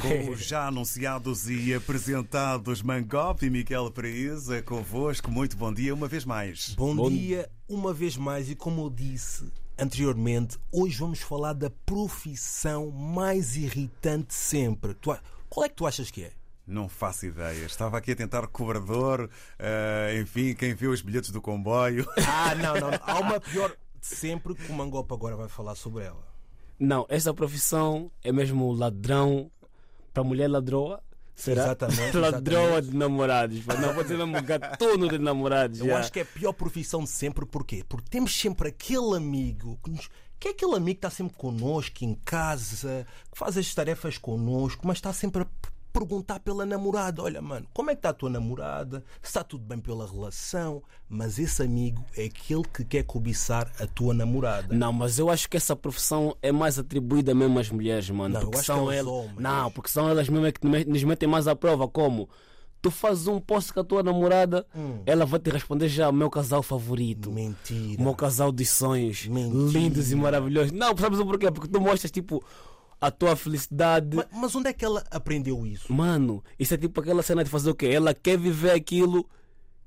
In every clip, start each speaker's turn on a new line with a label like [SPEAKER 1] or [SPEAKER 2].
[SPEAKER 1] Como já anunciados e apresentados, Mangop e Miquel Paraíso, convosco, muito bom dia uma vez mais.
[SPEAKER 2] Bom, dia, uma vez mais, e como eu disse anteriormente, hoje vamos falar da profissão mais irritante sempre. Tu a- Qual é que tu achas que é?
[SPEAKER 1] Não faço ideia, estava aqui a tentar cobrador, eh, enfim, quem viu os bilhetes do comboio.
[SPEAKER 2] Ah, não, não, não. há uma pior de sempre que o Mangopa agora vai falar sobre ela.
[SPEAKER 3] Não, esta profissão é mesmo ladrão para mulher ladroa. Será?
[SPEAKER 2] Exatamente,
[SPEAKER 3] Ladroa
[SPEAKER 2] exatamente.
[SPEAKER 3] de namorados. pá. Não, vou dizer mesmo gatuno de namorados.
[SPEAKER 2] Eu acho que é a pior profissão de sempre, porquê? Porque temos sempre aquele amigo que, nos- que é aquele amigo que está sempre connosco em casa, que faz as tarefas connosco, mas está sempre a p- perguntar pela namorada: olha, mano, como é que está a tua namorada? Se está tudo bem pela relação? Mas esse amigo é aquele que quer cobiçar a tua namorada.
[SPEAKER 3] Não, mas eu acho que essa profissão é mais atribuída mesmo às mulheres, mano.
[SPEAKER 2] Não, eu
[SPEAKER 3] porque
[SPEAKER 2] acho que
[SPEAKER 3] são
[SPEAKER 2] aos
[SPEAKER 3] elas.
[SPEAKER 2] homens.
[SPEAKER 3] Não, porque são elas mesmo é que me- nos metem mais à prova. Como? Tu fazes um post com a tua namorada, ela vai te responder já: meu casal favorito.
[SPEAKER 2] Hum. Mentira.
[SPEAKER 3] O meu casal de sonhos
[SPEAKER 2] Mentira.
[SPEAKER 3] lindos e maravilhosos. Não, sabes o porquê? Porque tu mostras, tipo, a tua felicidade.
[SPEAKER 2] Ma- Mas onde é que ela aprendeu isso?
[SPEAKER 3] Mano, isso é tipo aquela cena de fazer o quê? Ela quer viver aquilo,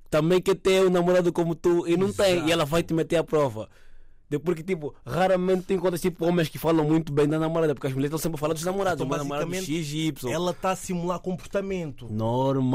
[SPEAKER 3] também quer ter um namorado como tu e não tem, e ela vai te meter à prova. De- Porque, tipo, raramente tu encontras tipo, homens que falam muito bem da namorada, porque as mulheres estão sempre a falar dos namorados,
[SPEAKER 2] Então,
[SPEAKER 3] uma namorada
[SPEAKER 2] basicamente,
[SPEAKER 3] X, Y.
[SPEAKER 2] Ela está a simular comportamento.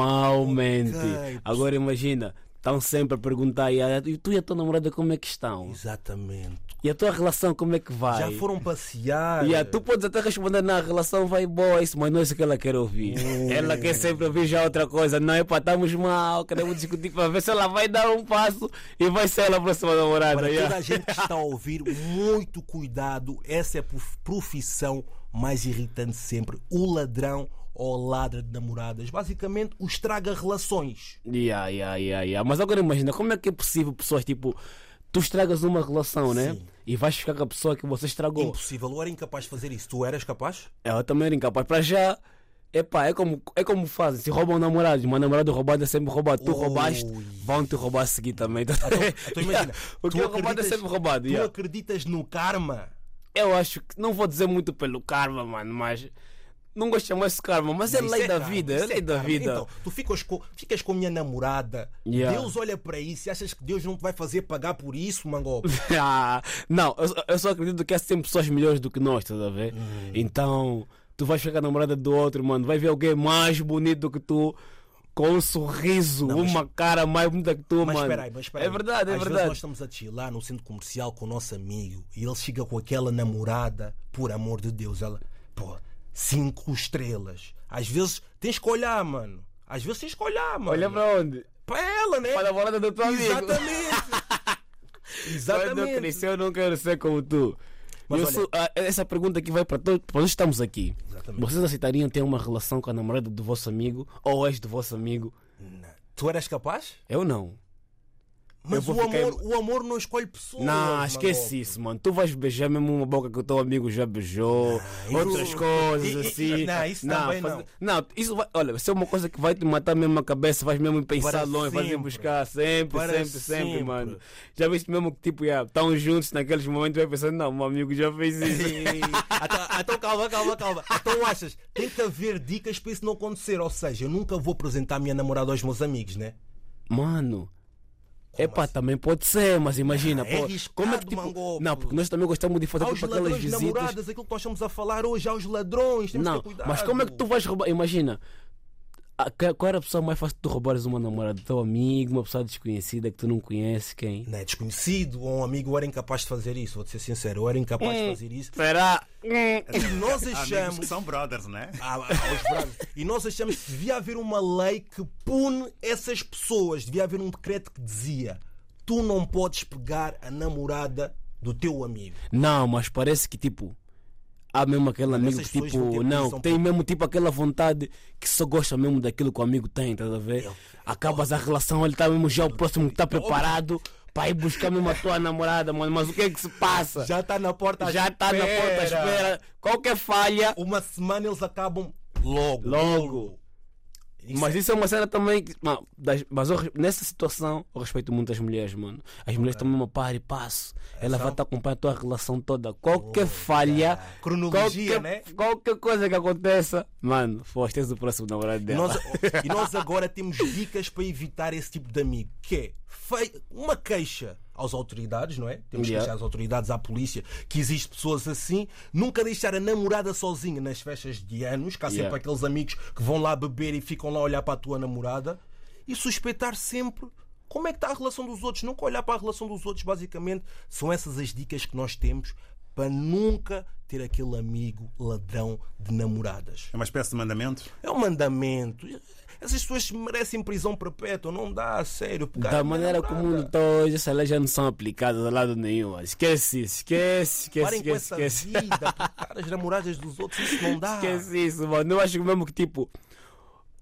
[SPEAKER 3] Normalmente.
[SPEAKER 2] Ok.
[SPEAKER 3] Agora imagina, estão sempre a perguntar, e a- e tu e a tua namorada como é que estão?
[SPEAKER 2] Exatamente.
[SPEAKER 3] E a tua relação como é que vai?
[SPEAKER 2] Já foram passear.
[SPEAKER 3] Yeah, tu podes até responder na relação vai boa, isso, mas não é isso que ela quer ouvir.
[SPEAKER 2] Hum.
[SPEAKER 3] Ela quer sempre ouvir já outra coisa, não é para estamos mal, queremos discutir para ver se ela vai dar um passo e vai ser ela a próxima namorada.
[SPEAKER 2] Para toda
[SPEAKER 3] yeah.
[SPEAKER 2] a gente que está a ouvir, muito cuidado. Essa é a prof- profissão mais irritante sempre. O ladrão ou a ladra de namoradas. Basicamente, o estraga relações.
[SPEAKER 3] Yeah, yeah, yeah, yeah. Mas agora imagina, como é que é possível pessoas tipo, tu estragas uma relação, né? E vais ficar com a pessoa que você estragou.
[SPEAKER 2] Impossível. Eu era incapaz de fazer isso. Tu eras capaz?
[SPEAKER 3] Ela também era incapaz. Para já, epá, é como, é como fazem, se roubam namorados, mas namorado roubado é sempre roubado. Tu
[SPEAKER 2] Ui.
[SPEAKER 3] roubaste, vão te roubar a seguir também.
[SPEAKER 2] Então imagina.
[SPEAKER 3] o que
[SPEAKER 2] tu
[SPEAKER 3] é roubado é
[SPEAKER 2] acreditas-
[SPEAKER 3] sempre roubado.
[SPEAKER 2] Tu
[SPEAKER 3] yeah.
[SPEAKER 2] acreditas no karma?
[SPEAKER 3] Eu acho que não vou dizer muito pelo karma, mano, mas não gosto de chamar isso karma, mas é
[SPEAKER 2] Isso
[SPEAKER 3] lei da
[SPEAKER 2] karma,
[SPEAKER 3] vida, é
[SPEAKER 2] isso
[SPEAKER 3] lei da
[SPEAKER 2] karma.
[SPEAKER 3] vida.
[SPEAKER 2] Então, tu ficas com, ficas com a minha namorada.
[SPEAKER 3] Yeah.
[SPEAKER 2] Deus olha para isso e achas que Deus não te vai fazer pagar por isso, Mangob?
[SPEAKER 3] Ah, não, eu, só- eu só acredito que há sempre pessoas melhores do que nós, estás a ver?
[SPEAKER 2] Hum.
[SPEAKER 3] Então, tu vais ficar namorada do outro, mano, vai ver alguém mais bonito do que tu. Com um sorriso, uma cara mais bonita que tu,
[SPEAKER 2] Mas
[SPEAKER 3] mano.
[SPEAKER 2] espera aí, mas espera aí.
[SPEAKER 3] É verdade, é
[SPEAKER 2] Às Vezes
[SPEAKER 3] verdade.
[SPEAKER 2] nós estamos a chilar no centro comercial com o nosso amigo e ele chega com aquela namorada, por amor de Deus, ela, pô, cinco estrelas. Às vezes tens que olhar, mano. Às vezes tens que olhar, mano.
[SPEAKER 3] Olha para onde?
[SPEAKER 2] Para ela, né?
[SPEAKER 3] Para a namorada do teu amigo.
[SPEAKER 2] Exatamente.
[SPEAKER 3] Quando eu
[SPEAKER 2] Exatamente.
[SPEAKER 3] crescer, eu não quero ser como tu.
[SPEAKER 2] Mas
[SPEAKER 3] Eu
[SPEAKER 2] olha-
[SPEAKER 3] sou- ah, essa pergunta aqui vai para todos. Para nós estamos aqui.
[SPEAKER 2] Exatamente.
[SPEAKER 3] Vocês aceitariam ter uma relação com a namorada do vosso amigo ou ex do vosso amigo?
[SPEAKER 2] Não. Tu eras capaz?
[SPEAKER 3] Eu não.
[SPEAKER 2] Mas
[SPEAKER 3] vou
[SPEAKER 2] o
[SPEAKER 3] ficar em-
[SPEAKER 2] amor, o amor não escolhe pessoas.
[SPEAKER 3] não,
[SPEAKER 2] mano.
[SPEAKER 3] esquece isso, mano. Tu vais beijar mesmo uma boca que o teu amigo já beijou,
[SPEAKER 2] isso-
[SPEAKER 3] outras
[SPEAKER 2] I-
[SPEAKER 3] coisas
[SPEAKER 2] i-
[SPEAKER 3] assim.
[SPEAKER 2] não, isso também
[SPEAKER 3] não. isso vai, olha, isso é uma coisa que vai te matar mesmo a cabeça, vais mesmo pensar
[SPEAKER 2] Para
[SPEAKER 3] longe, vais mesmo
[SPEAKER 2] sempre.
[SPEAKER 3] buscar sempre,
[SPEAKER 2] Para
[SPEAKER 3] sempre, sempre,
[SPEAKER 2] sempre.
[SPEAKER 3] mano. Já viste mesmo que tipo, yeah, estão juntos naqueles momentos, vai pensando, não, meu amigo já fez isso.
[SPEAKER 2] Ei, então, então calma, calma, calma. Então achas, tem que haver dicas para isso não acontecer. Ou seja, eu nunca vou apresentar a minha namorada aos meus amigos, né?
[SPEAKER 3] Mano. É pá, também pode ser, mas imagina,
[SPEAKER 2] Ah, assim? é
[SPEAKER 3] pô,
[SPEAKER 2] arriscado,
[SPEAKER 3] como é que tipo,
[SPEAKER 2] Mangopo.
[SPEAKER 3] não, porque nós também gostamos de fazer
[SPEAKER 2] Aos
[SPEAKER 3] tipo, aquelas
[SPEAKER 2] ladrões de
[SPEAKER 3] visitas.
[SPEAKER 2] namoradas, aquilo que nós estamos a falar hoje, aos ladrões, temos que
[SPEAKER 3] não,
[SPEAKER 2] ter cuidado.
[SPEAKER 3] mas como é que tu vais roubar? Imagina, a- que- qual era a pessoa mais fácil de tu roubares uma namorada? Teu amigo, uma pessoa desconhecida que tu não conheces quem?
[SPEAKER 2] Não é desconhecido, ou um amigo eu era incapaz de fazer isso, vou te ser sincero, eu era incapaz de fazer isso.
[SPEAKER 3] Será?
[SPEAKER 2] E
[SPEAKER 1] Há
[SPEAKER 2] nós
[SPEAKER 1] amigos que
[SPEAKER 2] achamos.
[SPEAKER 1] são brothers, né?
[SPEAKER 2] Ah, ah, aos bravos. e nós achamos que devia haver uma lei que pune essas pessoas. Devia haver um decreto que dizia: tu não podes pegar a namorada do teu amigo.
[SPEAKER 3] Não, mas parece que tipo. Há mesmo aquele amigo
[SPEAKER 2] essas
[SPEAKER 3] que
[SPEAKER 2] pessoas vão ter
[SPEAKER 3] tipo. Não,
[SPEAKER 2] posição
[SPEAKER 3] que tem mesmo tipo aquela vontade que só gosta mesmo daquilo que o amigo tem, estás a
[SPEAKER 2] É,
[SPEAKER 3] ver? Acabas a relação, ele está mesmo já o próximo que está preparado para ir buscar mesmo a tua namorada, mano. Mas o que é que se passa?
[SPEAKER 2] Já está na porta. à
[SPEAKER 3] Já está na porta à espera. Qualquer falha,
[SPEAKER 2] Uma semana eles acabam logo.
[SPEAKER 3] logo. Mas isso é uma cena também. que- Mano, das- mas eu re- nessa situação eu respeito muito as mulheres, mano. As mulheres também uma par e passo.
[SPEAKER 2] É
[SPEAKER 3] Ela vai te acompanhar a tua relação toda. Qualquer falha,
[SPEAKER 2] Cronologia,
[SPEAKER 3] qualquer,
[SPEAKER 2] né?
[SPEAKER 3] qualquer coisa que aconteça, mano, foste tens o próximo namorado
[SPEAKER 2] E
[SPEAKER 3] dela.
[SPEAKER 2] nós, e nós agora temos dicas para evitar esse tipo de amigo, que é fei- uma queixa às autoridades, não é? Temos que
[SPEAKER 3] Yeah.
[SPEAKER 2] queixar às autoridades, à polícia, que existem pessoas assim. Nunca deixar a namorada sozinha nas festas de anos, que há sempre
[SPEAKER 3] Yeah.
[SPEAKER 2] aqueles amigos que vão lá beber e ficam lá a olhar para a tua namorada. E suspeitar sempre como é que está a relação dos outros. Nunca olhar para a relação dos outros, basicamente. São essas as dicas que nós temos para nunca ter aquele amigo ladrão de namoradas.
[SPEAKER 1] É uma espécie de mandamento.
[SPEAKER 2] É um mandamento. Essas pessoas merecem prisão perpétua, não dá a sério. pegar
[SPEAKER 3] Da
[SPEAKER 2] na
[SPEAKER 3] maneira né?
[SPEAKER 2] namorada.
[SPEAKER 3] como o mundo está hoje, essas leis já não são aplicadas a lado nenhum. Esquece isso, esquece, esquece,
[SPEAKER 2] Parem com
[SPEAKER 3] esquece,
[SPEAKER 2] essa
[SPEAKER 3] esquece.
[SPEAKER 2] vida, tocar as namoradas dos outros, isso não dá.
[SPEAKER 3] Esquece isso, mano. Eu acho mesmo que tipo.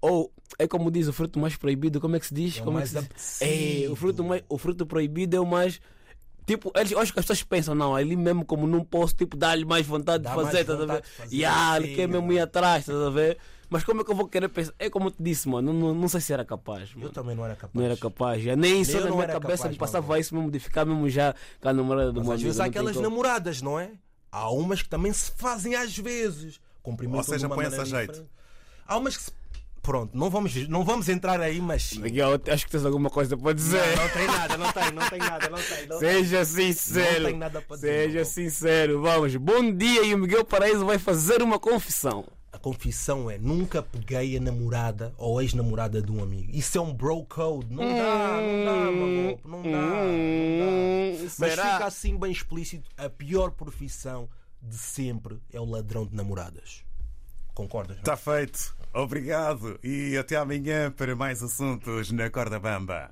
[SPEAKER 3] Ou é como diz o fruto mais proibido, como é que se diz?
[SPEAKER 2] É o
[SPEAKER 3] como
[SPEAKER 2] mais
[SPEAKER 3] é que se diz?
[SPEAKER 2] apetecido.
[SPEAKER 3] É, o fruto, mais, o fruto proibido é o mais. Tipo, eles, eu acho que as pessoas pensam, não, ali mesmo como não posso, tipo, dar-lhe mais vontade
[SPEAKER 2] Dá
[SPEAKER 3] de
[SPEAKER 2] mais
[SPEAKER 3] fazer, estás a
[SPEAKER 2] vontade
[SPEAKER 3] ver?
[SPEAKER 2] de fazer, sim.
[SPEAKER 3] Yeah,
[SPEAKER 2] é.
[SPEAKER 3] ele quer mesmo ir atrás, estás a ver? Mas como é que eu vou querer pensar? É como eu te disse, mano, não, não sei se era capaz, mano.
[SPEAKER 2] Eu também não era capaz.
[SPEAKER 3] Não era capaz, já. nem isso
[SPEAKER 2] eu
[SPEAKER 3] na
[SPEAKER 2] não
[SPEAKER 3] minha
[SPEAKER 2] era
[SPEAKER 3] cabeça
[SPEAKER 2] capaz,
[SPEAKER 3] me passava
[SPEAKER 2] mano.
[SPEAKER 3] isso mesmo de ficar mesmo já com a namorada do
[SPEAKER 2] Mas às
[SPEAKER 3] meu amigo,
[SPEAKER 2] vezes
[SPEAKER 3] não
[SPEAKER 2] há
[SPEAKER 3] tem
[SPEAKER 2] aquelas
[SPEAKER 3] como.
[SPEAKER 2] namoradas, não é? Há umas que também se fazem às vezes. Cumprimentam
[SPEAKER 1] Ou seja,
[SPEAKER 2] de uma
[SPEAKER 1] põe-se a
[SPEAKER 2] maneira
[SPEAKER 1] jeito.
[SPEAKER 2] diferente. Há umas que se... Pronto, não vamos, não vamos entrar aí, mas. sim.
[SPEAKER 3] Miguel, acho que tens alguma coisa para dizer.
[SPEAKER 2] Não tem nada, não tem, não tem nada, não tem. não tem.
[SPEAKER 3] Seja sincero.
[SPEAKER 2] Não tem nada pra dizer,
[SPEAKER 3] Seja
[SPEAKER 2] não.
[SPEAKER 3] sincero. Vamos. Bom dia e o Miguel Paraíso vai fazer uma confissão.
[SPEAKER 2] A confissão é nunca peguei a namorada ou ex-namorada de um amigo. Isso é um bro code. Não dá, não dá, Magopo, não dá, não dá.
[SPEAKER 3] Hum,
[SPEAKER 2] Mas fica
[SPEAKER 3] será?
[SPEAKER 2] assim bem explícito, a pior profissão de sempre é o ladrão de namoradas. Concordas? não? é?
[SPEAKER 1] Está feito. Obrigado. E até amanhã para mais assuntos na Corda Bamba.